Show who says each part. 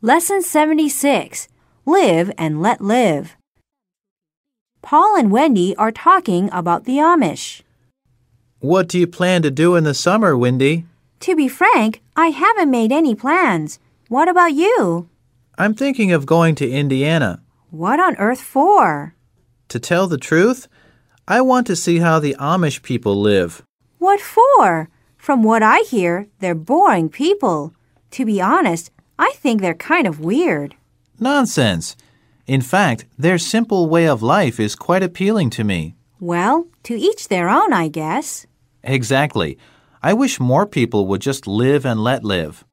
Speaker 1: Lesson 76 Live and Let Live. Paul and Wendy are talking about the Amish.
Speaker 2: What do you plan to do in the summer, Wendy?
Speaker 1: To be frank, I haven't made any plans. What about you?
Speaker 2: I'm thinking of going to Indiana.
Speaker 1: What on earth for?
Speaker 2: To tell the truth, I want to see how the Amish people live.
Speaker 1: What for? From what I hear, they're boring people. To be honest, I think they're kind of weird.
Speaker 2: Nonsense! In fact, their simple way of life is quite appealing to me.
Speaker 1: Well, to each their own, I guess.
Speaker 2: Exactly. I wish more people would just live and let live.